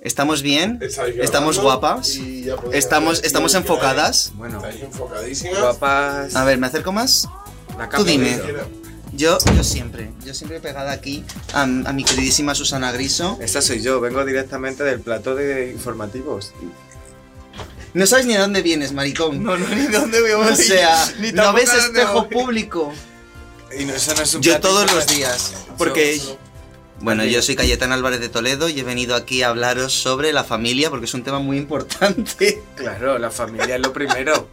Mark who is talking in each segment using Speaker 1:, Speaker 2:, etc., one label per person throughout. Speaker 1: Estamos bien,
Speaker 2: Estáis
Speaker 1: estamos
Speaker 2: grabando
Speaker 1: guapas,
Speaker 2: y ya podéis
Speaker 1: estamos,
Speaker 2: decir
Speaker 1: estamos
Speaker 2: que
Speaker 1: enfocadas.
Speaker 3: Bueno,
Speaker 2: Estáis enfocadísimas.
Speaker 3: guapas.
Speaker 1: A ver, ¿me acerco más?
Speaker 3: la
Speaker 1: tú dime.
Speaker 3: de-
Speaker 1: Yo, yo siempre, yo siempre pegada aquí a, a mi queridísima Susana Griso.
Speaker 3: Esa soy yo, vengo directamente del plato de informativos.
Speaker 1: No sabes ni de dónde vienes, maricón.
Speaker 3: No, no, ni dónde voy
Speaker 1: O sea,
Speaker 3: Ni
Speaker 1: no
Speaker 3: tampoco
Speaker 1: ves
Speaker 3: a dónde
Speaker 1: espejo
Speaker 3: voy.
Speaker 1: público.
Speaker 3: Y no, eso no es un
Speaker 1: Yo
Speaker 3: plato
Speaker 1: todos los
Speaker 3: informativo.
Speaker 1: días. Porque
Speaker 3: Yo-
Speaker 1: Bueno,
Speaker 3: Aquí.
Speaker 1: yo soy Cayetán Álvarez de Toledo y he venido aquí a hablaros sobre la familia porque es un tema muy importante.
Speaker 3: Claro, la familia es lo primero.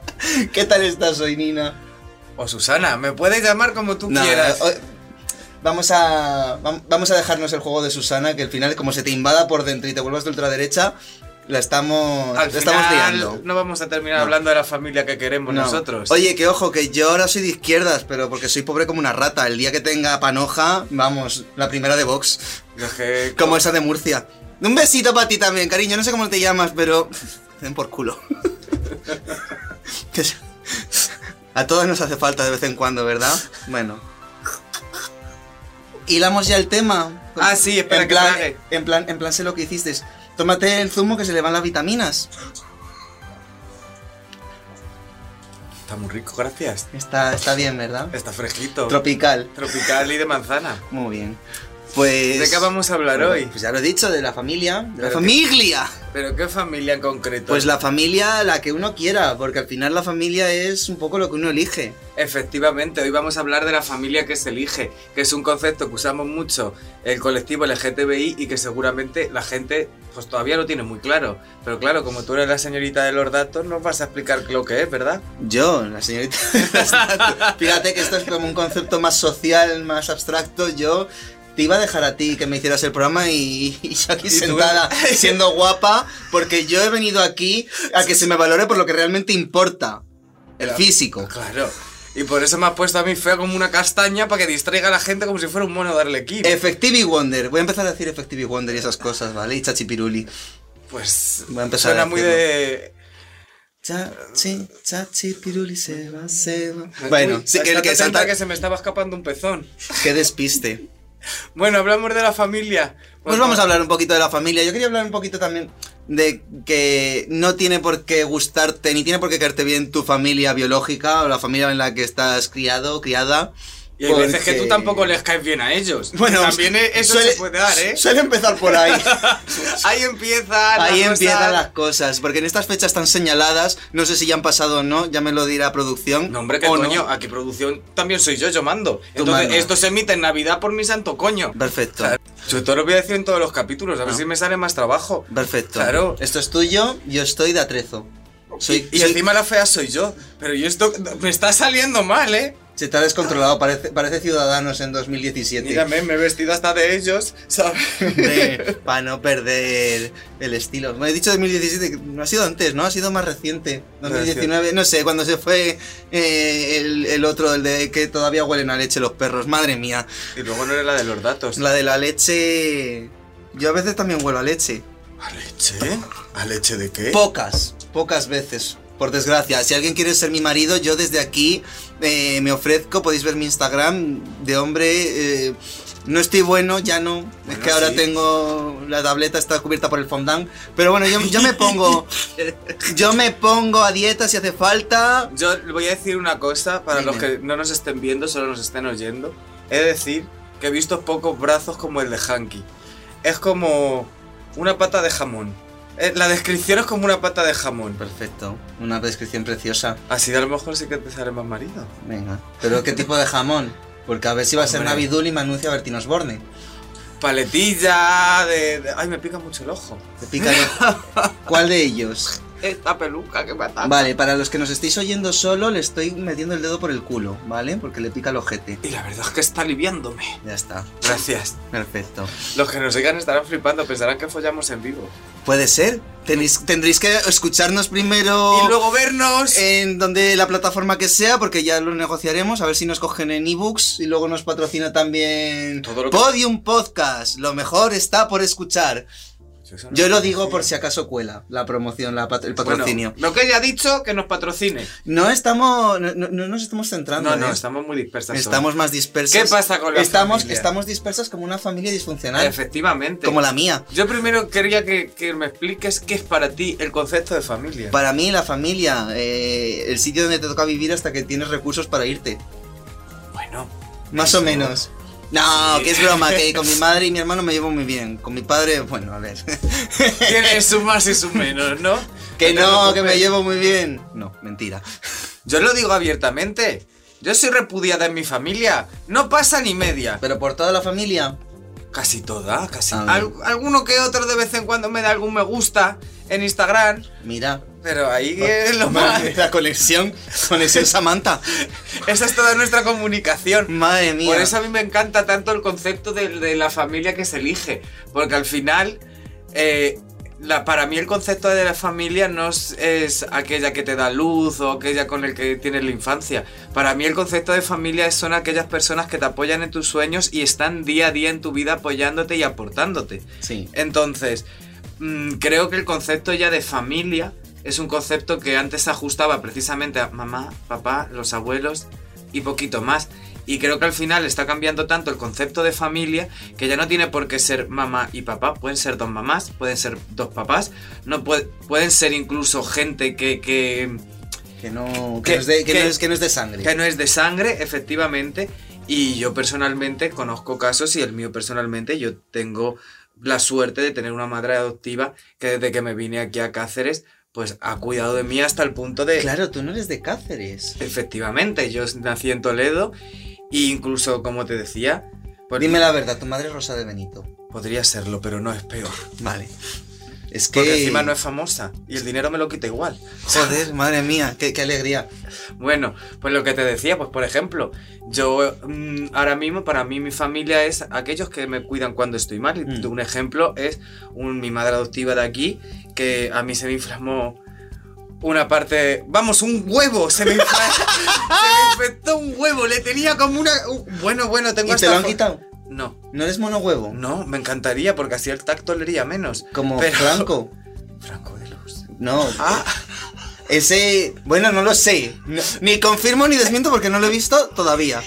Speaker 1: ¿Qué tal estás hoy, Nina?
Speaker 3: O Susana, me puedes llamar como tú quieras.
Speaker 1: eh, hoy- vamos a vam- vamos a dejarnos el juego de Susana que al final como se te invada por dentro y te vuelvas de ultraderecha, la estamos
Speaker 3: Al
Speaker 1: la estamos
Speaker 3: final,
Speaker 1: liando.
Speaker 3: No vamos a terminar
Speaker 1: No.
Speaker 3: hablando de la familia que queremos
Speaker 1: No.
Speaker 3: nosotros.
Speaker 1: Oye, que ojo, que yo ahora soy de izquierdas, pero porque soy pobre como una rata. El día que tenga panoja, vamos, la primera de Vox,
Speaker 3: Yo es que-
Speaker 1: como esa de Murcia. Un besito para ti también, cariño. No sé cómo te llamas, pero. Ven por culo. Que se- A todas nos hace falta de vez en cuando, ¿verdad? Bueno. Hilamos ya el tema.
Speaker 3: Ah, sí, espera
Speaker 1: en
Speaker 3: que
Speaker 1: plan,
Speaker 3: trague.
Speaker 1: en plan, en plan sé lo que hiciste. Tómate el zumo que se le van las vitaminas.
Speaker 3: Está muy rico, gracias.
Speaker 1: Está, está bien, ¿verdad?
Speaker 3: Está fresquito.
Speaker 1: Tropical.
Speaker 3: Tropical y de manzana.
Speaker 1: Muy bien. Pues.
Speaker 3: ¿De qué vamos a hablar
Speaker 1: Bueno,
Speaker 3: hoy?
Speaker 1: Pues ya lo he dicho, de la familia. De la
Speaker 3: Pero que-
Speaker 1: familia.
Speaker 3: ¿Pero qué familia en concreto?
Speaker 1: Pues la familia, la que uno quiera, porque al final la familia es un poco lo que uno elige.
Speaker 3: Efectivamente, hoy vamos a hablar de la familia que se elige, que es un concepto que usamos mucho el colectivo LGTBI y que seguramente la gente pues todavía lo tiene muy claro. Pero claro, como tú eres la señorita de los datos, nos vas a explicar lo que es, ¿verdad?
Speaker 1: Yo, la señorita. Fíjate que esto es como un concepto más social, más abstracto. Yo te iba a dejar a ti que me hicieras el programa y, y yo aquí
Speaker 3: Y tú-
Speaker 1: sentada siendo guapa, porque yo he venido aquí a que se me valore por lo que realmente importa: el
Speaker 3: Claro.
Speaker 1: físico.
Speaker 3: Pues Claro. Y por eso me has puesto a mí feo como una castaña para que distraiga a la gente como si fuera un mono de Arlequín.
Speaker 1: Effective Wonder, voy a empezar a decir Effective Wonder y esas cosas, ¿vale? Y Chachipiruli.
Speaker 3: pues
Speaker 1: Voy a empezar
Speaker 3: suena
Speaker 1: a
Speaker 3: muy
Speaker 1: decirlo.
Speaker 3: de...
Speaker 1: Chachi, chachipiruli, se va, se va.
Speaker 3: Uy,
Speaker 1: Bueno, sí, que,
Speaker 3: estate
Speaker 1: que,
Speaker 3: atenta
Speaker 1: salta-
Speaker 3: que se me estaba escapando un pezón.
Speaker 1: que despiste.
Speaker 3: Bueno, hablamos de la familia.
Speaker 1: Pues vamos a hablar un poquito de la familia. Yo quería hablar un poquito también de que no tiene por qué gustarte ni tiene por qué caerte bien tu familia biológica o la familia en la que estás criado, criada.
Speaker 3: Y hay veces que
Speaker 1: porque-
Speaker 3: tú tampoco les caes bien a ellos.
Speaker 1: Bueno,
Speaker 3: también eh, eso
Speaker 1: suele-
Speaker 3: se puede dar, ¿eh?
Speaker 1: Suele empezar por ahí.
Speaker 3: Ahí empieza.
Speaker 1: Ahí empiezan las cosas, porque en estas fechas tan señaladas, no sé si ya han pasado o no, ya me lo dirá producción.
Speaker 3: No, hombre, que
Speaker 1: o no.
Speaker 3: coño, aquí producción también soy yo, yo mando.
Speaker 1: Tú
Speaker 3: Entonces,
Speaker 1: manda.
Speaker 3: esto se emite en Navidad por mi santo coño.
Speaker 1: Perfecto,
Speaker 3: Claro. Yo esto lo voy a decir en todos los capítulos, a ver
Speaker 1: Ah.
Speaker 3: si me sale más trabajo.
Speaker 1: perfecto.
Speaker 3: Claro.
Speaker 1: Esto es tuyo, yo estoy de atrezo. Soy-
Speaker 3: y y
Speaker 1: soy-
Speaker 3: encima la fea soy yo. Pero yo esto me está saliendo mal, ¿eh?
Speaker 1: Se te ha descontrolado, parece, parece Ciudadanos en 2017.
Speaker 3: Mírame, me he vestido hasta de ellos, ¿sabes?
Speaker 1: para no perder el estilo. Me he dicho 2017, que no ha sido antes, ¿no? Ha sido más reciente. 2019, no sé, cuando se fue eh, el, el otro, el de que todavía huelen a leche los perros. Madre mía,
Speaker 3: Y luego no era la de los datos.
Speaker 1: la de la leche... Yo a veces también huelo a leche.
Speaker 3: ¿A leche? ¿A leche de qué?
Speaker 1: Pocas, pocas veces. Por desgracia, si alguien quiere ser mi marido, yo desde aquí eh, me ofrezco. Podéis ver mi Instagram de hombre. eh, no estoy bueno, ya no. es
Speaker 3: Bueno,
Speaker 1: que ahora
Speaker 3: sí.
Speaker 1: tengo la tableta está cubierta por el fondant. Pero bueno, yo, yo me pongo, yo me pongo a dieta si hace falta.
Speaker 3: Yo le voy a decir una cosa para
Speaker 1: Dime.
Speaker 3: los que no nos estén viendo, solo nos estén oyendo. Es decir, que he visto pocos brazos como el de Hanky. Es como una pata de jamón. Eh, La descripción es como una pata de jamón.
Speaker 1: Perfecto, una descripción preciosa.
Speaker 3: Así a lo mejor sí que te sale más marido.
Speaker 1: Venga. Pero ¿qué tipo de jamón? Porque a ver si va a ser
Speaker 3: Hombre.
Speaker 1: Navidul y me anuncia Bertín Osborne.
Speaker 3: Paletilla de, de- Ay, me pica mucho el ojo.
Speaker 1: Te pica el- ¿Cuál de ellos?
Speaker 3: Esta peluca que pata.
Speaker 1: Vale, para los que nos estáis oyendo solo, le estoy metiendo el dedo por el culo, ¿vale? Porque le pica el ojete.
Speaker 3: Y la verdad es que está aliviándome.
Speaker 1: Ya está,
Speaker 3: Gracias.
Speaker 1: perfecto.
Speaker 3: Los que nos sigan estarán flipando, pensarán que follamos en vivo.
Speaker 1: Puede ser. Tenéis, tendréis que escucharnos primero
Speaker 3: Y luego vernos.
Speaker 1: en donde la plataforma que sea, porque ya lo negociaremos, a ver si nos cogen en ebooks y luego nos patrocina también
Speaker 3: Todo lo que-
Speaker 1: Podium Podcast. Lo mejor está por escuchar.
Speaker 3: Yo eso no
Speaker 1: Yo
Speaker 3: es
Speaker 1: lo
Speaker 3: una
Speaker 1: digo por
Speaker 3: promoción.
Speaker 1: si acaso cuela la promoción, la pat- el patrocinio.
Speaker 3: Bueno, lo que ella ha dicho, que nos patrocine.
Speaker 1: No estamos, no, no- no nos estamos centrando.
Speaker 3: No, no,
Speaker 1: ¿eh?
Speaker 3: estamos muy dispersas.
Speaker 1: estamos más dispersos.
Speaker 3: ¿Qué pasa con la
Speaker 1: estamos,
Speaker 3: familia?
Speaker 1: estamos dispersos como una familia disfuncional,
Speaker 3: Efectivamente.
Speaker 1: como la mía.
Speaker 3: Yo primero quería que, que me expliques qué es para ti el concepto de familia.
Speaker 1: Para mí la familia, eh, el sitio donde te toca vivir hasta que tienes recursos para irte,
Speaker 3: Bueno,
Speaker 1: más o
Speaker 3: Eso.
Speaker 1: menos. No,
Speaker 3: Sí.
Speaker 1: que es broma, que con mi madre y mi hermano me llevo muy bien. Con mi padre, bueno, a ver.
Speaker 3: tiene sus más y sus menos, ¿no?
Speaker 1: Que
Speaker 3: te
Speaker 1: no,
Speaker 3: preocupes.
Speaker 1: que me llevo muy bien. No, mentira.
Speaker 3: Yo lo digo abiertamente. Yo soy repudiada en mi familia. No pasa ni media.
Speaker 1: Pero por toda la familia,
Speaker 3: Casi toda, casi.
Speaker 1: A ver.
Speaker 3: Al- alguno que otro de vez en cuando me da algún me gusta en Instagram.
Speaker 1: mira.
Speaker 3: Pero ahí es lo más.
Speaker 1: La conexión, conexión Samantha.
Speaker 3: Esa es toda nuestra comunicación.
Speaker 1: Madre mía.
Speaker 3: Por eso a mí me encanta tanto el concepto de, de la familia que se elige, porque al final, eh, la- para mí el concepto de la familia no es, es aquella que te da luz o aquella con el que tienes la infancia. Para mí el concepto de familia es- son aquellas personas que te apoyan en tus sueños y están día a día en tu vida apoyándote y aportándote.
Speaker 1: Sí.
Speaker 3: Entonces, mm, creo que el concepto ya de familia es un concepto que antes se ajustaba precisamente a mamá, papá, los abuelos y poquito más. Y creo que al final está cambiando tanto el concepto de familia que ya no tiene por qué ser mamá y papá. Pueden ser dos mamás, pueden ser dos papás, no pue- pueden ser incluso gente que, que,
Speaker 1: Que no, que
Speaker 3: Que-
Speaker 1: no es de, que
Speaker 3: que-
Speaker 1: no es, que no es de sangre.
Speaker 3: que no es de sangre, efectivamente. Y yo personalmente conozco casos y el mío personalmente, yo tengo la suerte de tener una madre adoptiva que desde que me vine aquí a Cáceres, pues ha cuidado de mí hasta el punto de...
Speaker 1: Claro, tú no eres de Cáceres.
Speaker 3: Efectivamente, yo nací en Toledo e incluso, como te decía, pues
Speaker 1: Dime la verdad, tu madre es Rosa de Benito.
Speaker 3: podría serlo, pero no es peor.
Speaker 1: Vale. Es que.
Speaker 3: Porque encima no es famosa y el dinero me lo quita igual.
Speaker 1: Joder, madre mía, qué, qué alegría.
Speaker 3: Bueno, pues lo que te decía, pues por ejemplo, yo mm, ahora mismo para mí mi familia es aquellos que me cuidan cuando estoy mal. Y
Speaker 1: Mm.
Speaker 3: Un ejemplo es un- mi madre adoptiva de aquí, que a mí se me inflamó una parte, vamos, un huevo, se me, infla- se me infectó un huevo, le tenía como una... uh, bueno, bueno, tengo
Speaker 1: ¿Y te
Speaker 3: hasta
Speaker 1: lo han
Speaker 3: fo-
Speaker 1: quitado?
Speaker 3: No,
Speaker 1: ¿No eres mono huevo?
Speaker 3: no, me encantaría porque así el tacto le iría menos.
Speaker 1: Como
Speaker 3: Pero-
Speaker 1: Franco.
Speaker 3: Franco de luz.
Speaker 1: No.
Speaker 3: Ah,
Speaker 1: Ese. Bueno, no lo sé. No- ni confirmo ni desmiento porque no lo he visto todavía.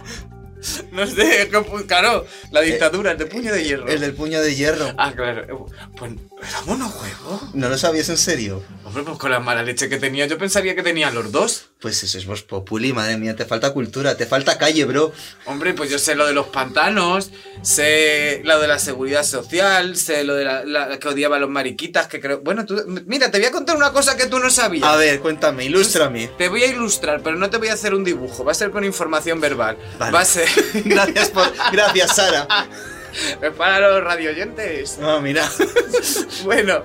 Speaker 3: no sé, claro, la dictadura, Eh, el de puño de hierro.
Speaker 1: El del puño de hierro.
Speaker 3: Ah, claro. Pues era mono huevo.
Speaker 1: ¿No lo sabías en serio?
Speaker 3: Hombre, pues con la mala leche que tenía, yo pensaría que tenía los dos.
Speaker 1: Pues eso es Vos Populi, madre mía, te falta cultura, te falta calle, bro.
Speaker 3: Hombre, pues yo sé lo de los pantanos, sé lo de la seguridad social, sé lo de la, la- que odiaba a los mariquitas, que creo. Bueno, tú. Mira, te voy a contar una cosa que tú no sabías.
Speaker 1: A ver, cuéntame, ilústrame.
Speaker 3: Te voy a ilustrar, pero no te voy a hacer un dibujo. Va a ser con información verbal.
Speaker 1: Vale.
Speaker 3: Va a ser.
Speaker 1: Gracias por. Gracias, Sara.
Speaker 3: Es para los radioyentes.
Speaker 1: Ah, mira.
Speaker 3: Bueno,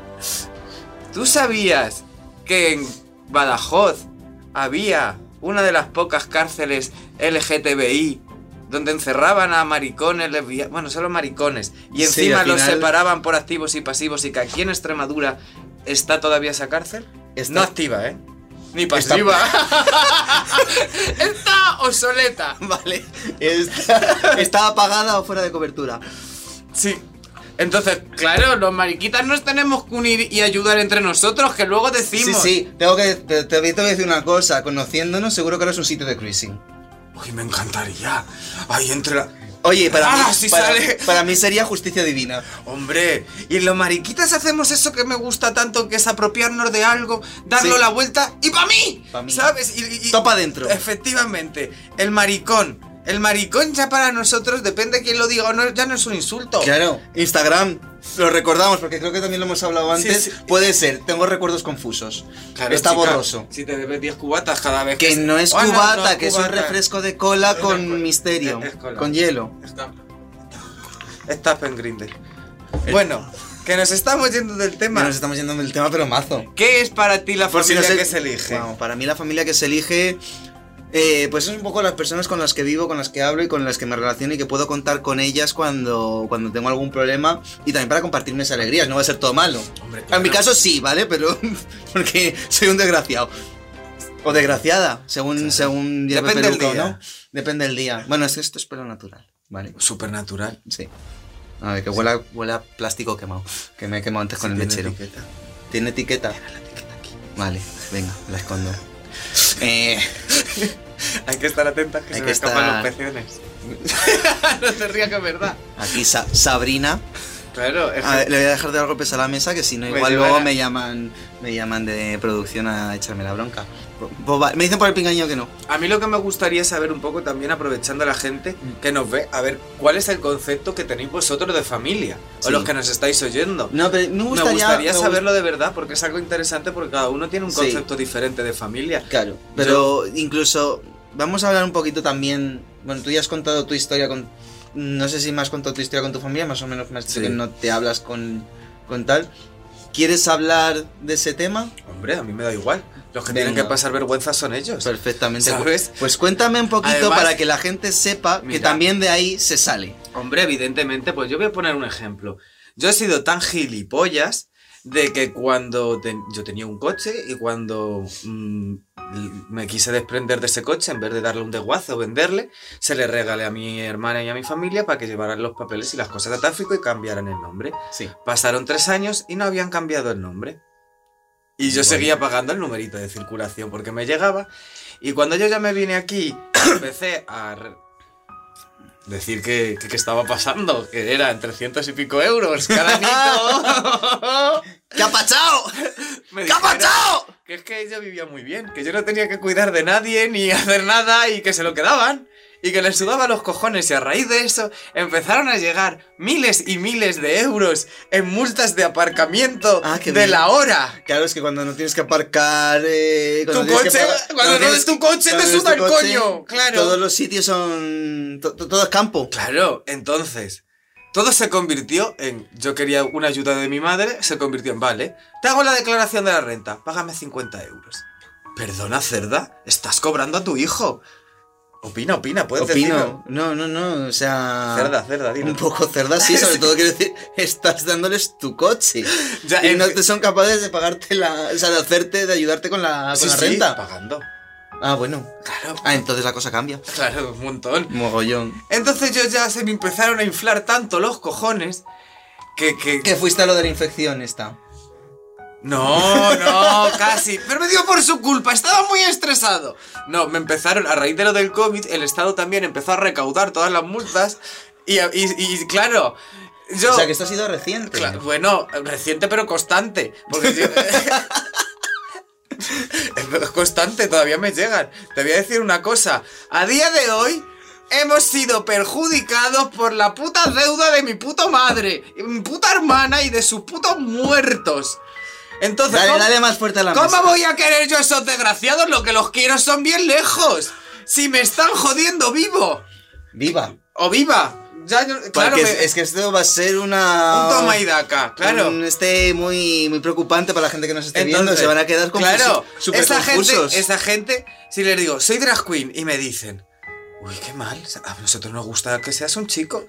Speaker 3: ¿tú sabías que en Badajoz había una de las pocas cárceles LGTBI donde encerraban a maricones, lesbianas, bueno, solo maricones, y
Speaker 1: Sí,
Speaker 3: encima
Speaker 1: al
Speaker 3: los
Speaker 1: final-
Speaker 3: separaban por activos y pasivos y que aquí en Extremadura está todavía esa cárcel?
Speaker 1: Está-
Speaker 3: No activa, ¿eh? Ni
Speaker 1: Está-
Speaker 3: pasiva. Está, obsoleta.
Speaker 1: Vale. Está, está apagada o fuera de cobertura.
Speaker 3: Sí. Entonces, claro, los mariquitas nos tenemos que unir y ayudar entre nosotros, que luego
Speaker 1: Sí,
Speaker 3: decimos...
Speaker 1: sí, tengo que, te, te voy a decir una cosa. Conociéndonos, seguro que ahora es un sitio de cruising.
Speaker 3: Uy, me encantaría. Ahí entre la.
Speaker 1: Oye, para, mí,
Speaker 3: Ah, sí
Speaker 1: para,
Speaker 3: sale.
Speaker 1: para mí sería justicia divina.
Speaker 3: Hombre, y en los mariquitas hacemos eso que me gusta tanto, que es apropiarnos de algo, darlo
Speaker 1: Sí.
Speaker 3: la vuelta y pa' mí.
Speaker 1: Pa' mí.
Speaker 3: ¿Sabes? Y, y- y-
Speaker 1: Topa adentro.
Speaker 3: Efectivamente, el maricón. El maricón ya para nosotros, depende de quién lo diga o no, ya no es un insulto.
Speaker 1: Claro, Oh, Instagram, lo recordamos porque creo que también lo hemos hablado
Speaker 3: Sí,
Speaker 1: antes.
Speaker 3: sí.
Speaker 1: Puede ser, tengo recuerdos confusos.
Speaker 3: Claro,
Speaker 1: Está
Speaker 3: chica,
Speaker 1: borroso.
Speaker 3: Si te bebes 10 cubatas cada vez
Speaker 1: Que no es
Speaker 3: Ah, no,
Speaker 1: cubata,
Speaker 3: no es
Speaker 1: que eso es
Speaker 3: cubata.
Speaker 1: refresco de cola
Speaker 3: Es de cola.
Speaker 1: con misterio,
Speaker 3: Es- es cola.
Speaker 1: con hielo.
Speaker 3: Está- Estás en Grindr. Bueno, que nos estamos yendo del tema.
Speaker 1: Ya Eh. nos estamos yendo del tema, pero mazo.
Speaker 3: ¿Qué es para ti la
Speaker 1: Por si
Speaker 3: familia
Speaker 1: no sé-
Speaker 3: que se elige?
Speaker 1: Wow, para mí la familia que se elige, eh, pues es un poco las personas con las que vivo, con las que hablo y con las que me relaciono y que puedo contar con ellas cuando, cuando tengo algún problema y también para compartir mis alegrías, no va a ser todo malo.
Speaker 3: Hombre,
Speaker 1: En mi
Speaker 3: claro.
Speaker 1: caso sí, ¿vale? Pero porque soy un desgraciado. O desgraciada, según...
Speaker 3: Claro.
Speaker 1: según lleve
Speaker 3: Depende del
Speaker 1: peluca o
Speaker 3: día.
Speaker 1: Depende del día. Bueno, es que esto es pelo natural, ¿vale? pues,
Speaker 3: Supernatural.
Speaker 1: Sí. A ver, que huela, huela a plástico quemado. Que me he quemado antes con el
Speaker 3: tiene
Speaker 1: mechero.
Speaker 3: etiqueta.
Speaker 1: ¿Tiene etiqueta?
Speaker 3: La etiqueta aquí.
Speaker 1: Vale, venga, la escondo. Eh,
Speaker 3: Hay que estar atentas que
Speaker 1: Hay
Speaker 3: se
Speaker 1: que
Speaker 3: me escapan
Speaker 1: estar-
Speaker 3: los peciones. no te rías que es verdad.
Speaker 1: aquí Sa- Sabrina.
Speaker 3: Claro, es
Speaker 1: A ver,
Speaker 3: que-
Speaker 1: le voy a dejar de dar golpes a la mesa, que si no,
Speaker 3: Me
Speaker 1: igual
Speaker 3: llevará.
Speaker 1: luego me llaman, me llaman de producción a echarme la bronca. Pues va- me dicen por el pingaño que no.
Speaker 3: a mí lo que me gustaría saber un poco también, aprovechando a la gente
Speaker 1: Mm.
Speaker 3: que nos ve, a ver cuál es el concepto que tenéis vosotros de familia o
Speaker 1: Sí.
Speaker 3: los que nos estáis oyendo.
Speaker 1: No, pero me gustaría, me gust-
Speaker 3: saberlo de verdad porque es algo interesante porque cada uno tiene un
Speaker 1: Sí.
Speaker 3: concepto diferente de familia.
Speaker 1: Claro, pero incluso vamos a hablar un poquito también. Bueno, tú ya has contado tu historia con. No sé si me has contado tu historia con tu familia, más o menos me has dicho
Speaker 3: Sí.
Speaker 1: que no te hablas con, con tal. ¿Quieres hablar de ese tema?
Speaker 3: Hombre, a mí me da igual. Los que tienen
Speaker 1: Venga.
Speaker 3: que pasar vergüenza son ellos.
Speaker 1: Perfectamente.
Speaker 3: ¿Sabes?
Speaker 1: Pues cuéntame un poquito
Speaker 3: Además-
Speaker 1: para que la gente sepa que
Speaker 3: Mira.
Speaker 1: también de ahí se sale.
Speaker 3: Hombre, evidentemente, pues yo voy a poner un ejemplo. Yo he sido tan gilipollas de que cuando ten- yo tenía un coche y cuando mm, l- me quise desprender de ese coche, en vez de darle un desguace o venderle, se le regalé a mi hermana y a mi familia para que llevaran los papeles y las cosas de tráfico y cambiaran el nombre.
Speaker 1: Sí.
Speaker 3: Pasaron tres años y no habían cambiado el nombre. Y yo
Speaker 1: Bueno.
Speaker 3: seguía pagando el numerito de circulación porque me llegaba. Y cuando yo ya me vine aquí, empecé a re- decir que, que- que estaba pasando, que eran 300 y pico euros, caranito.
Speaker 1: ¡Qué ha pasado!
Speaker 3: Me
Speaker 1: ¡Qué ha
Speaker 3: dijeron
Speaker 1: pasado!
Speaker 3: que es que ella vivía muy bien, que yo no tenía que cuidar de nadie ni hacer nada y que se lo quedaban. Y que les sudaba los cojones y a raíz de eso empezaron a llegar miles y miles de euros en multas de aparcamiento
Speaker 1: Ah, qué
Speaker 3: de
Speaker 1: bien.
Speaker 3: la hora.
Speaker 1: Claro, es que cuando no tienes que aparcar. eh,
Speaker 3: Tu
Speaker 1: cuando tienes que
Speaker 3: coche,
Speaker 1: pagar-
Speaker 3: cuando no
Speaker 1: tienes
Speaker 3: es tu coche, te
Speaker 1: cuando no es
Speaker 3: suda
Speaker 1: tu
Speaker 3: el
Speaker 1: coche,
Speaker 3: coño, claro.
Speaker 1: Todos los sitios son. to- to- todo es campo.
Speaker 3: Claro, entonces, todo se convirtió en, yo quería una ayuda de mi madre, se convirtió en, vale, te hago la declaración de la renta, págame 50 euros. Perdona, cerda, estás cobrando a tu hijo. Opina, opina, puedes
Speaker 1: Opino.
Speaker 3: decirlo.
Speaker 1: No, no, no, o sea.
Speaker 3: Cerda, cerda, dilo.
Speaker 1: Un poco cerda, sí, sobre todo quiero decir, estás dándoles tu coche.
Speaker 3: Ya,
Speaker 1: y
Speaker 3: en-
Speaker 1: no te son capaces de pagarte la. O sea, de hacerte, de ayudarte con la, con
Speaker 3: Sí,
Speaker 1: la
Speaker 3: sí,
Speaker 1: renta.
Speaker 3: pagando.
Speaker 1: Ah, bueno.
Speaker 3: Claro,
Speaker 1: Ah, entonces la cosa cambia.
Speaker 3: claro, un montón.
Speaker 1: Mogollón.
Speaker 3: Entonces yo ya se me empezaron a inflar tanto los cojones que... que...
Speaker 1: Que fuiste a lo de la infección esta.
Speaker 3: No, no, casi. Pero me dio por su culpa, estaba muy estresado. No, me empezaron, a raíz de lo del COVID, el Estado también empezó a recaudar todas las multas. Y, y- y, claro, yo...
Speaker 1: O sea, que esto ha sido reciente.
Speaker 3: Cla- bueno, reciente pero constante. Porque yo- Es constante, todavía me llegan. Te voy a decir una cosa. A día de hoy hemos sido perjudicados por la puta deuda de mi puta madre, y mi puta hermana y de sus putos muertos. Entonces,
Speaker 1: Dale,
Speaker 3: ¿cómo-
Speaker 1: dale más fuerte a la
Speaker 3: ¿Cómo
Speaker 1: mesa.
Speaker 3: voy a querer yo a esos desgraciados? Lo que los quiero son bien lejos. Si me están jodiendo vivo.
Speaker 1: Viva.
Speaker 3: O viva. Ya, yo- claro,
Speaker 1: Porque
Speaker 3: me-
Speaker 1: es, es que esto va a ser una.
Speaker 3: un toma y daca, claro.
Speaker 1: un este muy, muy preocupante para la gente que nos esté viendo. Se van a quedar confusos.
Speaker 3: Claro,
Speaker 1: súper
Speaker 3: esa
Speaker 1: confusos.
Speaker 3: gente, esa gente, si les digo, soy drag queen y me dicen, uy, qué mal, a nosotros nos gusta que seas un chico,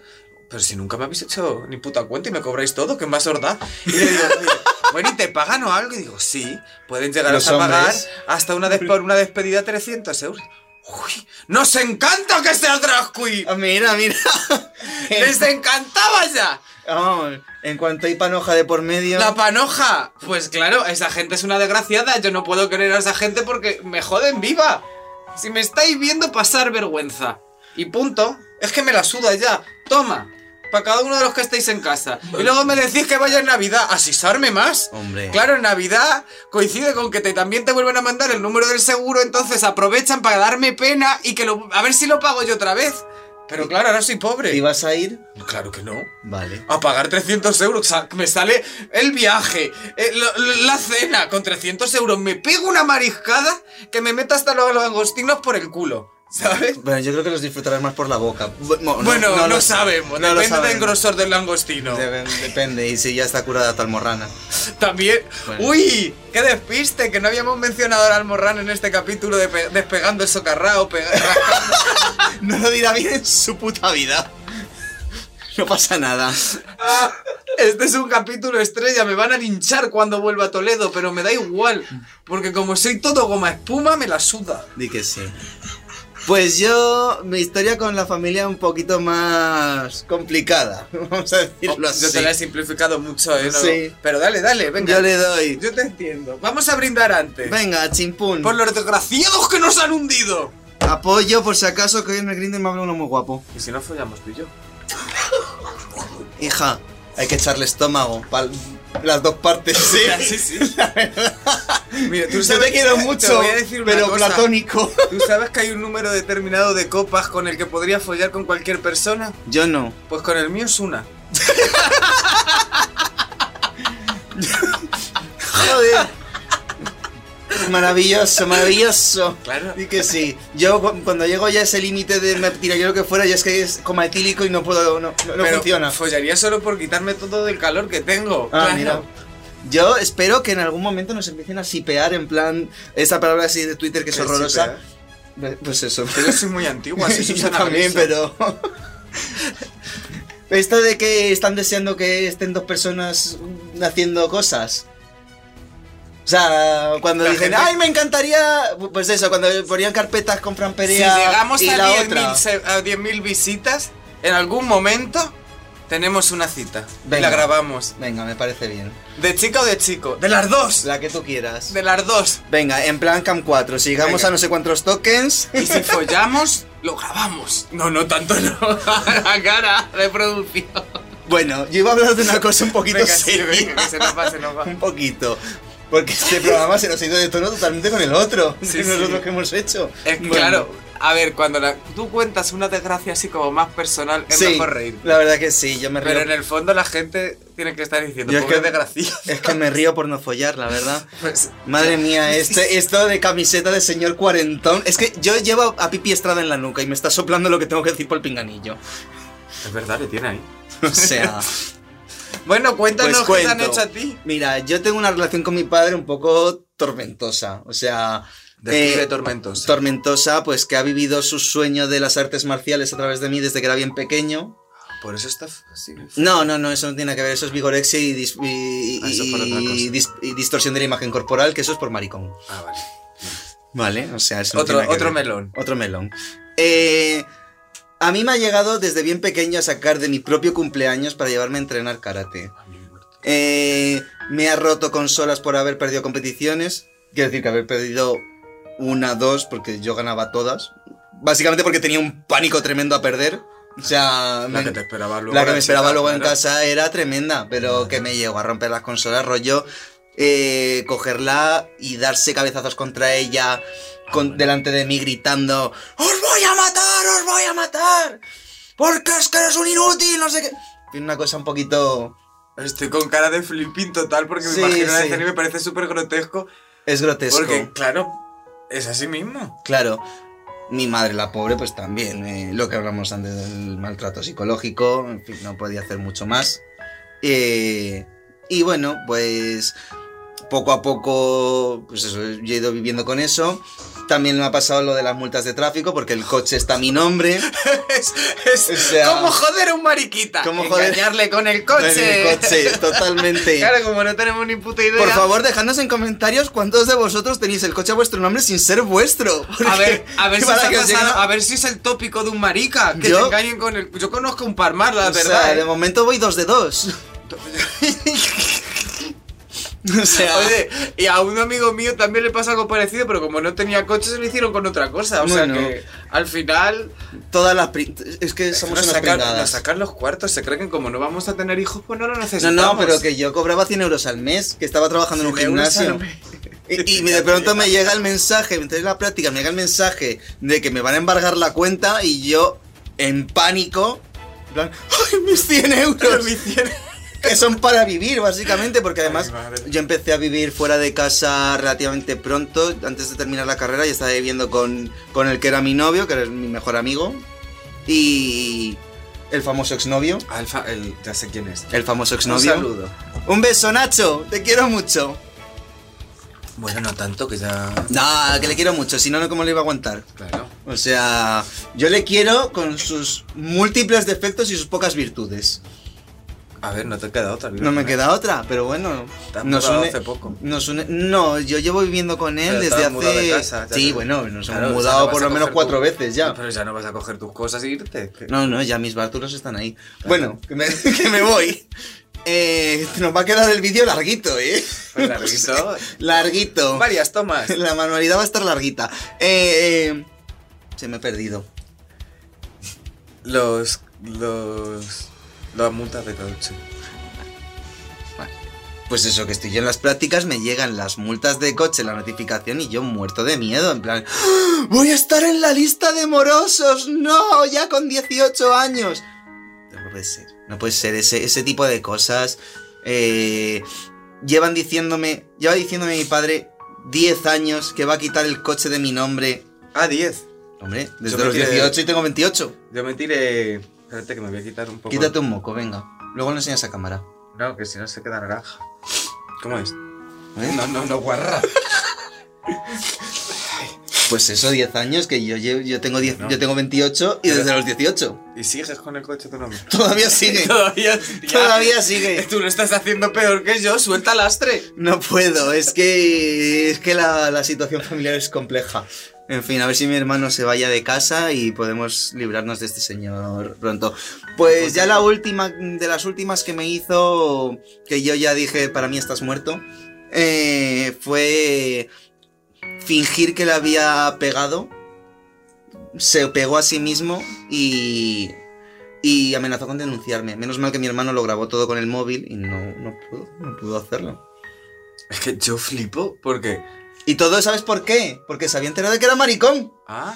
Speaker 3: pero si nunca me habéis hecho ni puta cuenta y me cobráis todo, que más horda. Y le digo, "Oye, bueno, ¿y te pagan o algo? Y digo, sí, pueden llegar
Speaker 1: Los
Speaker 3: hasta pagar
Speaker 1: hombres.
Speaker 3: hasta una, des- por una despedida 300 euros. Uy, nos encanta que seas drag queen.
Speaker 1: Ah, Mira, mira.
Speaker 3: Les encantaba ya.
Speaker 1: Vamos, en cuanto hay panoja de por medio.
Speaker 3: La panoja. Pues claro, esa gente es una desgraciada. Yo no puedo querer a esa gente porque me joden viva. Si me estáis viendo pasar vergüenza. Y punto. Es que me la suda ya. Toma. Para cada uno de los que estáis en casa. Y luego me decís que vaya en Navidad a sisarme más.
Speaker 1: Hombre.
Speaker 3: Claro, en Navidad coincide con que te, también te vuelven a mandar el número del seguro, entonces aprovechan para darme pena y que lo, a ver si lo pago yo otra vez. Pero claro, ahora soy
Speaker 1: ¿Te
Speaker 3: pobre.
Speaker 1: ibas a ir?
Speaker 3: Claro que no.
Speaker 1: Vale.
Speaker 3: A pagar 300 euros, sa- me sale el viaje, eh, lo- lo- la cena con 300 euros, me pego una mariscada que me meta hasta los langostinos por el culo, ¿sabes?
Speaker 1: Bueno, yo creo que los disfrutarás más por la boca. Bueno,
Speaker 3: bueno, no,
Speaker 1: lo-
Speaker 3: sabemos,
Speaker 1: no lo
Speaker 3: depende del
Speaker 1: sabemos.
Speaker 3: grosor del langostino.
Speaker 1: Dep- Depende, y si ya está curada tu almorrana.
Speaker 3: También,
Speaker 1: Bueno.
Speaker 3: uy, qué despiste, que no habíamos mencionado al almorrán en este capítulo de pe- despegando el socarrao, pega- rascando.
Speaker 1: No lo dirá bien en su puta vida. No pasa nada.
Speaker 3: Ah, Este es un capítulo estrella, me van a linchar cuando vuelva a Toledo, pero me da igual, porque como soy todo goma espuma, me la suda.
Speaker 1: Di que sí. Pues yo, mi historia con la familia un poquito más complicada, vamos a decirlo así.
Speaker 3: Oh, Yo te la he simplificado mucho, ¿eh? ¿No?
Speaker 1: Sí.
Speaker 3: Pero dale, dale, venga.
Speaker 1: Yo le doy.
Speaker 3: Yo te entiendo. Vamos a brindar antes.
Speaker 1: Venga, chimpún.
Speaker 3: Por los desgraciados que nos han hundido.
Speaker 1: Apoyo por si acaso que hoy en el Grindr me habla uno muy guapo.
Speaker 3: Y si no follamos tú y yo.
Speaker 1: Hija, hay que echarle estómago. pa'l- Las dos partes, sí.
Speaker 3: sí, sí. Mira, tú
Speaker 1: Yo
Speaker 3: sabes,
Speaker 1: te quiero mucho,
Speaker 3: voy a decir una
Speaker 1: pero
Speaker 3: cosa.
Speaker 1: platónico.
Speaker 3: ¿Tú sabes que hay un número determinado de copas con el que podría follar con cualquier persona?
Speaker 1: Yo no.
Speaker 3: Pues con el mío es una.
Speaker 1: Joder. Maravilloso, maravilloso.
Speaker 3: Claro.
Speaker 1: Y que sí. Yo cu- cuando llego ya a ese límite de me tiraría lo que fuera, ya es que es como etílico y no puedo, no, no- no
Speaker 3: Pero
Speaker 1: funciona.
Speaker 3: Follaría solo por quitarme todo del calor que tengo.
Speaker 1: Ah,
Speaker 3: Claro.
Speaker 1: mira. Yo espero que en algún momento nos empiecen a sipear en plan esa palabra así de Twitter que es
Speaker 3: Que
Speaker 1: horrorosa. Pues eso.
Speaker 3: Pero yo soy muy antigua, soy
Speaker 1: Yo
Speaker 3: Susana
Speaker 1: también,
Speaker 3: Griso.
Speaker 1: pero. Esto de que están deseando que estén dos personas haciendo cosas. O sea, cuando
Speaker 3: La
Speaker 1: dicen,
Speaker 3: gente-
Speaker 1: ¡ay, me encantaría! Pues eso, cuando ponían carpetas con Fran
Speaker 3: Si
Speaker 1: Perea
Speaker 3: llegamos
Speaker 1: y
Speaker 3: a
Speaker 1: la
Speaker 3: 10.000
Speaker 1: otra.
Speaker 3: se- a 10.000 visitas, en algún momento tenemos una cita. Y
Speaker 1: Venga.
Speaker 3: La grabamos.
Speaker 1: Venga, me parece bien.
Speaker 3: ¿De chica o de chico? De las dos.
Speaker 1: La que tú quieras.
Speaker 3: De las dos.
Speaker 1: Venga, en plan Cam 4. Si llegamos
Speaker 3: Venga.
Speaker 1: a no sé cuántos tokens.
Speaker 3: Y si follamos, lo grabamos. No, no tanto, no. A la cara de producción.
Speaker 1: Bueno, yo iba a hablar de una cosa un poquito
Speaker 3: Venga, sí,
Speaker 1: seria.
Speaker 3: venga, que se nos va, se nos va.
Speaker 1: un poquito. Porque este programa se nos ha ido de tono totalmente con el otro.
Speaker 3: Sí,
Speaker 1: que
Speaker 3: sí.
Speaker 1: nosotros que hemos hecho.
Speaker 3: Es que,
Speaker 1: Bueno,
Speaker 3: claro, a ver, cuando la- tú cuentas una desgracia así como más personal, es
Speaker 1: sí,
Speaker 3: mejor reír.
Speaker 1: La verdad que sí, yo me río.
Speaker 3: Pero en el fondo la gente tiene que estar diciendo,
Speaker 1: Yo es
Speaker 3: pobre
Speaker 1: que-
Speaker 3: desgracia.
Speaker 1: Es que me río por no follar, la verdad.
Speaker 3: Pues,
Speaker 1: Madre mía, este, esto de camiseta de señor cuarentón. Es que yo llevo a Pipi Estrada en la nuca y me está soplando lo que tengo que decir por el pinganillo.
Speaker 3: es verdad, le tiene ahí.
Speaker 1: O sea.
Speaker 3: Bueno, cuéntanos
Speaker 1: Pues
Speaker 3: qué te han
Speaker 1: cuento.
Speaker 3: hecho a ti.
Speaker 1: Mira, yo tengo una relación con mi padre un poco tormentosa. O sea.
Speaker 3: Describe
Speaker 1: eh,
Speaker 3: tormentos.
Speaker 1: Tormentosa, pues que ha vivido su sueño de las artes marciales a través de mí desde que era bien pequeño.
Speaker 3: Por eso está así.
Speaker 1: No, no, no, eso no tiene nada que ver. Eso es vigorexia y, dis- y-
Speaker 3: Ah, eso por otra
Speaker 1: y-
Speaker 3: cosa.
Speaker 1: dis- y distorsión de la imagen corporal, que eso es por maricón.
Speaker 3: Ah, vale.
Speaker 1: Vale, o sea, eso no
Speaker 3: Otro,
Speaker 1: tiene nada que
Speaker 3: otro
Speaker 1: ver.
Speaker 3: melón.
Speaker 1: Otro melón. Eh, a mí me ha llegado desde bien pequeño a sacar de mi propio cumpleaños para llevarme a entrenar karate. Eh, me ha roto consolas por haber perdido competiciones. Quiero decir que haber perdido una, dos, porque yo ganaba todas. Básicamente porque tenía un pánico tremendo a perder. O sea,
Speaker 3: La
Speaker 1: me-
Speaker 3: que te esperaba luego.
Speaker 1: la que
Speaker 3: era
Speaker 1: me esperaba
Speaker 3: chica,
Speaker 1: luego en
Speaker 3: claro.
Speaker 1: casa era tremenda, pero que me llegó a romper las consolas, rollo, eh, cogerla y darse cabezazos contra ella con- delante de mí gritando, ¡Os voy a matar, os voy a matar! Porque es que eres un inútil, no sé qué. Tiene una cosa un poquito...
Speaker 3: Estoy con cara de flipín total porque
Speaker 1: Sí,
Speaker 3: me imagino la
Speaker 1: sí.
Speaker 3: escena y me parece súper grotesco.
Speaker 1: Es grotesco.
Speaker 3: Porque, claro, es así mismo.
Speaker 1: Claro. Mi madre, la pobre, pues también, eh, lo que hablamos antes del maltrato psicológico, en fin, no podía hacer mucho más. Eh, y bueno, pues poco a poco, pues eso, yo he ido viviendo con eso. También me ha pasado lo de las multas de tráfico, porque el coche está a mi nombre.
Speaker 3: Es, es
Speaker 1: O sea,
Speaker 3: como joder a un mariquita.
Speaker 1: ¿cómo joder?
Speaker 3: Engañarle con el coche.
Speaker 1: El coche, totalmente.
Speaker 3: Claro, como no tenemos ni puta idea.
Speaker 1: Por favor, dejadnos en comentarios cuántos de vosotros tenéis el coche a vuestro nombre sin ser vuestro.
Speaker 3: A ver, a ver, si
Speaker 1: Para
Speaker 3: os ha
Speaker 1: que os llegue
Speaker 3: pasado-
Speaker 1: una-
Speaker 3: a ver si es el tópico de un marica. Que
Speaker 1: Yo-
Speaker 3: te engañen con el. Yo conozco un par más, la
Speaker 1: O sea,
Speaker 3: verdad. ¿eh?
Speaker 1: de momento voy dos de dos. o sea,
Speaker 3: Oye, y a un amigo mío también le pasa algo parecido, pero como no tenía coche se lo hicieron con otra cosa. O
Speaker 1: Bueno.
Speaker 3: sea que al final
Speaker 1: todas las pri- es que somos
Speaker 3: nos
Speaker 1: unas
Speaker 3: sacan, nos
Speaker 1: pringadas.
Speaker 3: sacan los cuartos, se creen que como no vamos a tener hijos, pues no lo
Speaker 1: No,
Speaker 3: necesitamos.
Speaker 1: no, pero que yo cobraba 100 euros al mes, que estaba trabajando en un
Speaker 3: Me gusta,
Speaker 1: gimnasio.
Speaker 3: no me-
Speaker 1: Y, y de pronto me llega el mensaje, mientras en la práctica me llega el mensaje de que me van a embargar la cuenta y yo, en pánico, en plan, ¡ay, mis 100 euros!
Speaker 3: Mis 100
Speaker 1: que son para vivir, básicamente, porque además
Speaker 3: Ay, madre.
Speaker 1: yo empecé a vivir fuera de casa relativamente pronto, antes de terminar la carrera, y estaba viviendo con, con el que era mi novio, que era mi mejor amigo, y el famoso exnovio.
Speaker 3: Alfa, el, ya sé quién es.
Speaker 1: El famoso
Speaker 3: Un
Speaker 1: exnovio.
Speaker 3: saludo.
Speaker 1: Un beso, Nacho. Te quiero mucho.
Speaker 3: Bueno, no tanto que ya.
Speaker 1: No, que le quiero mucho. Si no, no, ¿cómo le iba a aguantar?
Speaker 3: Claro.
Speaker 1: O sea, yo le quiero con sus múltiples defectos y sus pocas virtudes.
Speaker 3: A ver, no te queda otra.
Speaker 1: No me queda otra, pero bueno.
Speaker 3: Te has
Speaker 1: Nos
Speaker 3: mudado
Speaker 1: une,
Speaker 3: hace poco.
Speaker 1: nos une- no, yo llevo viviendo con él
Speaker 3: Pero te
Speaker 1: desde
Speaker 3: has mudado
Speaker 1: hace.
Speaker 3: de casa, ya
Speaker 1: sí,
Speaker 3: te-
Speaker 1: bueno, nos
Speaker 3: Claro, o
Speaker 1: hemos
Speaker 3: sea,
Speaker 1: mudado
Speaker 3: no vas
Speaker 1: por
Speaker 3: a
Speaker 1: lo menos
Speaker 3: coger
Speaker 1: cuatro
Speaker 3: tu-
Speaker 1: veces ya.
Speaker 3: Pero ya no vas a coger tus cosas e irte. que-
Speaker 1: No, no, ya mis bártulos están ahí. Bueno, que me, que me voy. Eh, nos va a quedar el vídeo larguito, ¿eh?
Speaker 3: Pues larguito.
Speaker 1: Larguito.
Speaker 3: Varias tomas.
Speaker 1: La manualidad va a estar larguita. Eh, eh, se me he perdido.
Speaker 3: Los. Los. Las multas de coche.
Speaker 1: Pues eso, que estoy yo en las prácticas, me llegan las multas de coche, la notificación y yo muerto de miedo, en plan, ¡Ah! voy a estar en la lista de morosos, no, ya con 18 años. No puede ser, no puede ser, ese, ese tipo de cosas. eh, llevan diciéndome, lleva diciéndome mi padre 10 años que va a quitar el coche de mi nombre.
Speaker 3: Ah, 10.
Speaker 1: Hombre,
Speaker 3: Eso
Speaker 1: desde
Speaker 3: me
Speaker 1: los
Speaker 3: quiere-
Speaker 1: 18 y tengo 28.
Speaker 3: Yo me tiré. Espérate que me voy a quitar un poco.
Speaker 1: Quítate un moco, venga. Luego lo enseñas a cámara.
Speaker 3: No, que si no se queda naranja. ¿Cómo es?
Speaker 1: ¿Eh?
Speaker 3: No, no, no, guarra.
Speaker 1: Pues eso, 10 años que yo, llevo- yo, tengo, 10,
Speaker 3: No.
Speaker 1: yo tengo 28 y
Speaker 3: Pero-
Speaker 1: desde los 18.
Speaker 3: ¿Y sigues con el coche tu nombre?
Speaker 1: Todavía sigue.
Speaker 3: Todavía.
Speaker 1: Todavía sigue.
Speaker 3: Tú lo estás haciendo peor que yo, suelta lastre.
Speaker 1: No puedo, es que, es que la, la situación familiar es compleja. En fin, a ver si mi hermano se vaya de casa y podemos librarnos de este señor pronto. Pues ya la última, de las últimas que me hizo, que yo ya dije, para mí estás muerto, eh, fue fingir que le había pegado. Se pegó a sí mismo y, y amenazó con denunciarme. Menos mal que mi hermano lo grabó todo con el móvil y no, no pudo, no pudo hacerlo.
Speaker 3: Es que yo flipo porque.
Speaker 1: Y todo, ¿sabes por qué? Porque se había enterado de que era maricón.
Speaker 3: Ah,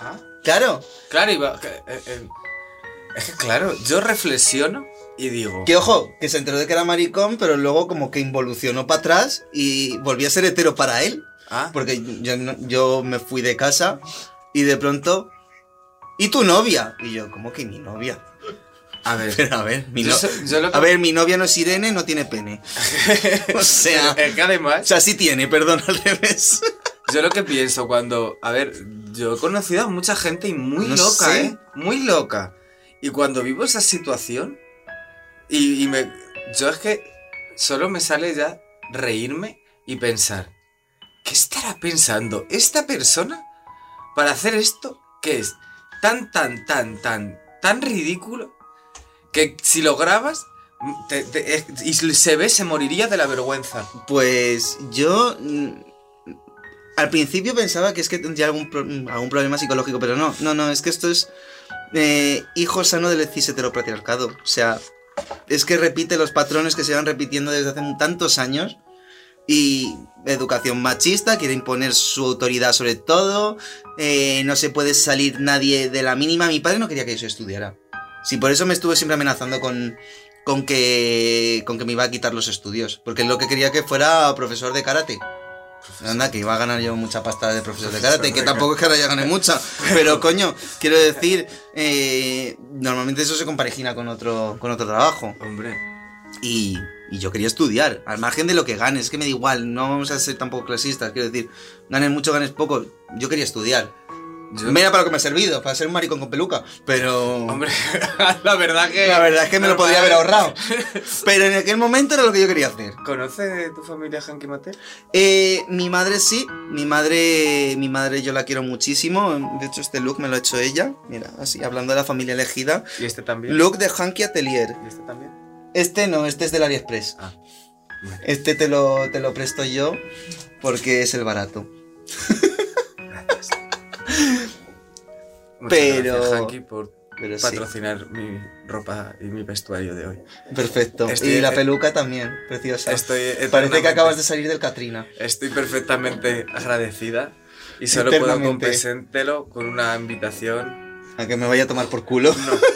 Speaker 3: ah.
Speaker 1: Claro.
Speaker 3: Claro, iba. que- eh, eh, Es que claro, yo reflexiono y digo.
Speaker 1: Que ojo, que se enteró de que era maricón, pero luego como que involucionó para atrás y volvió a ser hetero para él.
Speaker 3: Ah,
Speaker 1: Porque yo, no- yo me fui de casa y de pronto... ¿Y tu novia? Y yo, ¿cómo que mi novia?
Speaker 3: a ver.
Speaker 1: Pero a ver, mi,
Speaker 3: Yo
Speaker 1: no-
Speaker 3: so- yo lo que-
Speaker 1: a ver, mi novia no es Irene, no tiene pene. O sea...
Speaker 3: Es que
Speaker 1: O
Speaker 3: además,
Speaker 1: sea, sí tiene, perdón, al revés.
Speaker 3: yo lo que pienso cuando. A ver, yo he conocido a mucha gente y muy
Speaker 1: No
Speaker 3: loca,
Speaker 1: sé.
Speaker 3: ¿eh? Muy loca. Y cuando vivo esa situación. Y, y me. Yo es que solo me sale ya reírme y pensar. ¿Qué estará pensando esta persona para hacer esto? Que es tan, tan, tan, tan, tan ridículo que si lo grabas te- te- es- y se ve, se moriría de la vergüenza.
Speaker 1: Pues yo mm, al principio pensaba que es que tendría algún, pro- algún problema psicológico, pero no, no, no, es que esto es eh, hijo sano del cis heteropatriarcado. O sea, es que repite los patrones que se van repitiendo desde hace tantos años y educación machista, quiere imponer su autoridad sobre todo, eh, no se puede salir nadie de la mínima. Mi padre no quería que yo estudiara. Sí, por eso me estuvo siempre amenazando con, con, que, con que me iba a quitar los estudios, porque él lo que quería que fuera profesor de karate. Anda, que iba a ganar yo mucha pasta de profesor de karate, que tampoco es que ahora ya gane mucha, pero coño, quiero decir, eh, normalmente eso se comparagina con otro, con otro trabajo.
Speaker 3: Hombre.
Speaker 1: Y, y yo quería estudiar, al margen de lo que ganes, que me da igual, no vamos a ser tampoco clasistas, quiero decir, ganes mucho, ganes poco, yo quería estudiar.
Speaker 3: Yo-
Speaker 1: Mira para lo que me ha servido, para ser un maricón con peluca, pero...
Speaker 3: Hombre, la verdad que.
Speaker 1: La verdad es que me lo podría haber ahorrado. Pero en aquel momento era lo que yo quería hacer.
Speaker 3: ¿Conoce tu familia Hanky Matel?
Speaker 1: Eh, mi madre sí, mi madre, mi madre yo la quiero muchísimo. De hecho, este look me lo ha hecho ella. Mira, así, hablando de la familia elegida.
Speaker 3: ¿Y este también?
Speaker 1: Look de Hanky Atelier.
Speaker 3: ¿Y este también?
Speaker 1: Este no, este es del AliExpress.
Speaker 3: Ah.
Speaker 1: Este te lo, te lo presto yo porque es el barato.
Speaker 3: Muchas
Speaker 1: Pero-
Speaker 3: Gracias, Hanky, por
Speaker 1: Pero sí,
Speaker 3: patrocinar mi ropa y mi vestuario de hoy.
Speaker 1: perfecto.
Speaker 3: Estoy-
Speaker 1: y la peluca también, preciosa.
Speaker 3: Estoy.
Speaker 1: Parece que
Speaker 3: eternamente-
Speaker 1: acabas de salir del Katrina.
Speaker 3: Estoy perfectamente agradecida y solo puedo
Speaker 1: Eternamente.
Speaker 3: compensártelo con una invitación.
Speaker 1: A que me vaya a tomar por culo.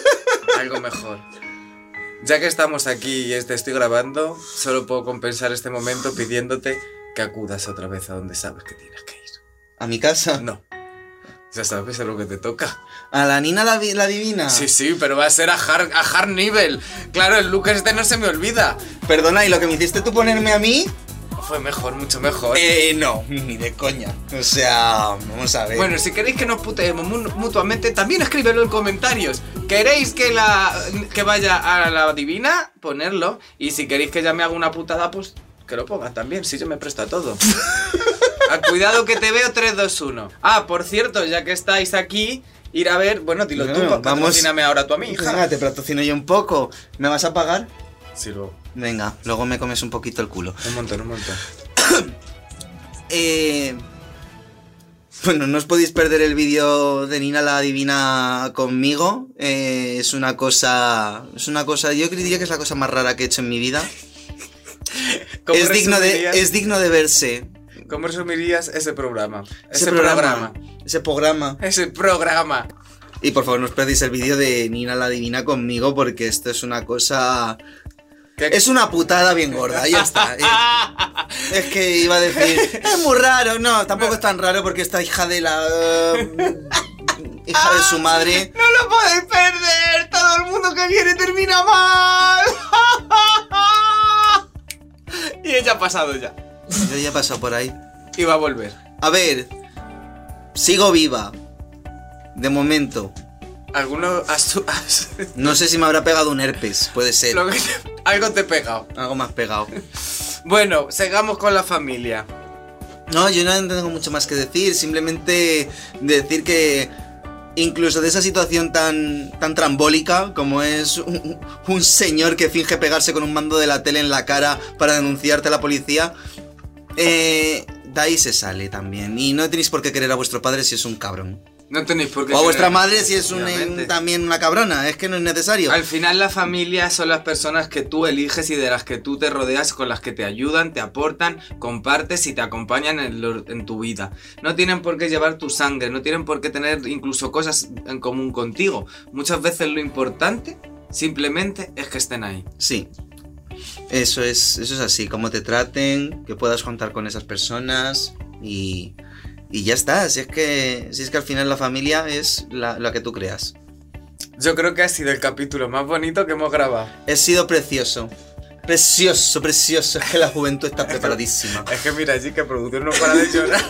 Speaker 3: No, algo mejor. Ya que estamos aquí y este estoy grabando, solo puedo compensar este momento pidiéndote que acudas otra vez a donde sabes que tienes que ir.
Speaker 1: A mi casa.
Speaker 3: No. Ya sabes a lo que te toca.
Speaker 1: A la Nina la, vi- la divina.
Speaker 3: Sí, sí, pero va a ser a hard, a hard nivel. Claro, el look este no se me olvida.
Speaker 1: Perdona, ¿y lo que me hiciste tú ponerme a mí?
Speaker 3: fue mejor, mucho mejor.
Speaker 1: Eh, no, ni de coña. O sea, vamos a ver.
Speaker 3: Bueno, si queréis que nos puteemos mu- mutuamente, también escríbelo en comentarios. ¿Queréis que la que vaya a la divina? Ponerlo. Y si queréis que ya me haga una putada, pues que lo pongas también, si yo me presto a todo. Ah, cuidado que te veo 3, 2, 1. Ah, por cierto, ya que estáis aquí, ir a ver, bueno, dilo tú,
Speaker 1: Bueno,
Speaker 3: pa-
Speaker 1: vamos-
Speaker 3: patrocíname ahora tú a mi hija.
Speaker 1: Venga, te patrocino yo un poco. ¿Me vas a pagar?
Speaker 3: Sí, luego.
Speaker 1: Venga, luego me comes un poquito el culo.
Speaker 3: Un montón, un montón.
Speaker 1: Eh, bueno, no os podéis perder el vídeo de Nina la Divina conmigo. Eh, es una cosa. Es una cosa. Yo diría que es la cosa más rara que he hecho en mi vida.
Speaker 3: ¿Cómo
Speaker 1: Es digno, de,
Speaker 3: resumirías-
Speaker 1: es digno de verse.
Speaker 3: ¿Cómo resumirías ese programa?
Speaker 1: Ese programa. Ese programa.
Speaker 3: Ese programa.
Speaker 1: Y por favor, no os perdéis el vídeo de Nina la Divina conmigo, porque esto es una cosa.
Speaker 3: ¿Qué-
Speaker 1: Es una putada bien gorda, ya está. Es, es que iba a decir, es muy raro, no, tampoco es tan raro porque esta hija de la... eh, hija de su madre...
Speaker 3: ¡No lo podéis perder! ¡Todo el mundo que viene termina mal! y ella ha pasado ya.
Speaker 1: Yo ya he pasado por ahí.
Speaker 3: Y va a volver.
Speaker 1: A ver, sigo viva. De momento.
Speaker 3: Alguno has tú- has-
Speaker 1: No sé si me habrá pegado un herpes, puede ser.
Speaker 3: lo que te- algo te he pegado.
Speaker 1: Algo más pegado.
Speaker 3: Bueno, sigamos con la familia.
Speaker 1: No, yo no tengo mucho más que decir, simplemente decir que incluso de esa situación tan, tan trambólica como es un, un señor que finge pegarse con un mando de la tele en la cara para denunciarte a la policía, eh, de ahí se sale también. Y no tenéis por qué querer a vuestro padre si es un cabrón.
Speaker 3: No tenéis por qué.
Speaker 1: O a vuestra
Speaker 3: querer-
Speaker 1: madre si es un-
Speaker 3: Efectivamente.
Speaker 1: también una cabrona, es que no es necesario.
Speaker 3: Al final la familia son las personas que tú eliges y de las que tú te rodeas, con las que te ayudan, te aportan, compartes y te acompañan en, lo- en tu vida. No tienen por qué llevar tu sangre, no tienen por qué tener incluso cosas en común contigo. Muchas veces lo importante simplemente es que estén ahí.
Speaker 1: Sí. Eso es, eso es así, cómo te traten, que puedas contar con esas personas y, y ya está. Si es, que, si es que al final la familia es la, la que tú creas.
Speaker 3: Yo creo que ha sido el capítulo más bonito que hemos grabado.
Speaker 1: He sido precioso. Precioso, precioso. Es que la juventud está preparadísima.
Speaker 3: Es que mira, allí que producción no para de llorar.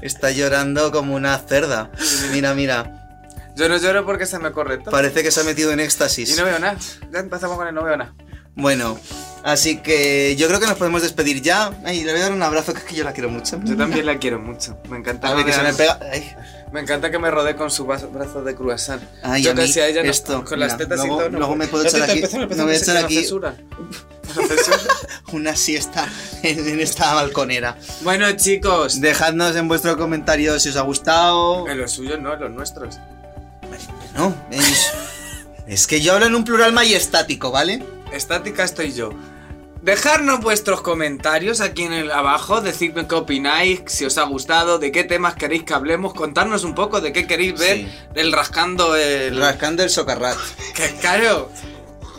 Speaker 1: Está llorando como una cerda. Mira, mira.
Speaker 3: Yo no lloro porque se me corre todo.
Speaker 1: Parece que se ha metido en
Speaker 3: Y
Speaker 1: éxtasis.
Speaker 3: no veo nada. Ya empezamos con el no veo nada.
Speaker 1: Bueno, así que yo creo que nos podemos despedir ya. Ay, le voy a dar un abrazo, que es que yo la quiero mucho.
Speaker 3: Yo también la quiero mucho. Me encanta
Speaker 1: A ver, que se me
Speaker 3: rodearme.
Speaker 1: pega. Ay.
Speaker 3: Me encanta que me rodee con su brazo brazo de croissant.
Speaker 1: Ay,
Speaker 3: yo
Speaker 1: a mí
Speaker 3: casi a ella no,
Speaker 1: esto,
Speaker 3: con las
Speaker 1: mira,
Speaker 3: tetas
Speaker 1: luego-
Speaker 3: y todo. no
Speaker 1: luego
Speaker 3: puedo.
Speaker 1: me puedo
Speaker 3: Las
Speaker 1: echar
Speaker 3: tetas
Speaker 1: aquí-
Speaker 3: pesan, pesan,
Speaker 1: me voy a
Speaker 3: pesan,
Speaker 1: echar
Speaker 3: la
Speaker 1: aquí-
Speaker 3: censura. La censura.
Speaker 1: una siesta en, en esta balconera.
Speaker 3: bueno, chicos,
Speaker 1: Dejadnos en vuestro comentario si os ha gustado.
Speaker 3: en los suyos no, en los nuestros.
Speaker 1: No, es, es que yo hablo en un plural majestático, ¿vale?
Speaker 3: Estática estoy yo. Dejadnos vuestros comentarios aquí en el abajo, decidme qué opináis, si os ha gustado, de qué temas queréis que hablemos, contarnos un poco de qué queréis ver
Speaker 1: Sí.
Speaker 3: el rascando el...
Speaker 1: Rascando el socarrat.
Speaker 3: Que claro,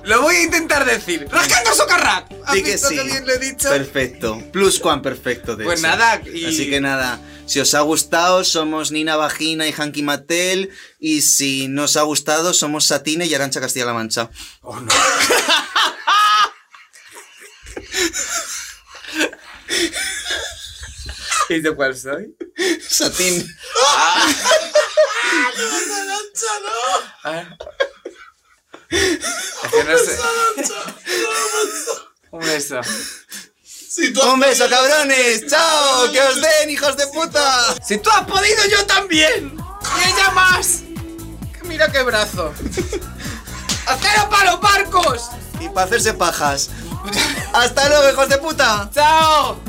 Speaker 3: lo voy a intentar decir. ¡Rascando socarrat! ¿Has
Speaker 1: Di que
Speaker 3: visto
Speaker 1: sí.
Speaker 3: bien lo he dicho?
Speaker 1: Perfecto. Plus cuan perfecto, de
Speaker 3: Pues
Speaker 1: hecho.
Speaker 3: nada, y-
Speaker 1: Así que nada, si os ha gustado, somos Nina Vagina y Hanky Mattel. Y si no os ha gustado, somos Satine y Arancha Castilla-La Mancha.
Speaker 3: Oh, no. ¿Y yo cuál soy?
Speaker 1: Satine.
Speaker 3: Ah. Es que no sé. Un beso.
Speaker 1: ¡Un beso, cabrones! ¡Chao! ¡Que os den, hijos de puta!
Speaker 3: Si tú has podido, yo también. Y ella más. Que Mira qué brazo. ¡Acero para los barcos!
Speaker 1: y para hacerse pajas. Hasta luego, hijos de puta.
Speaker 3: ¡Chao!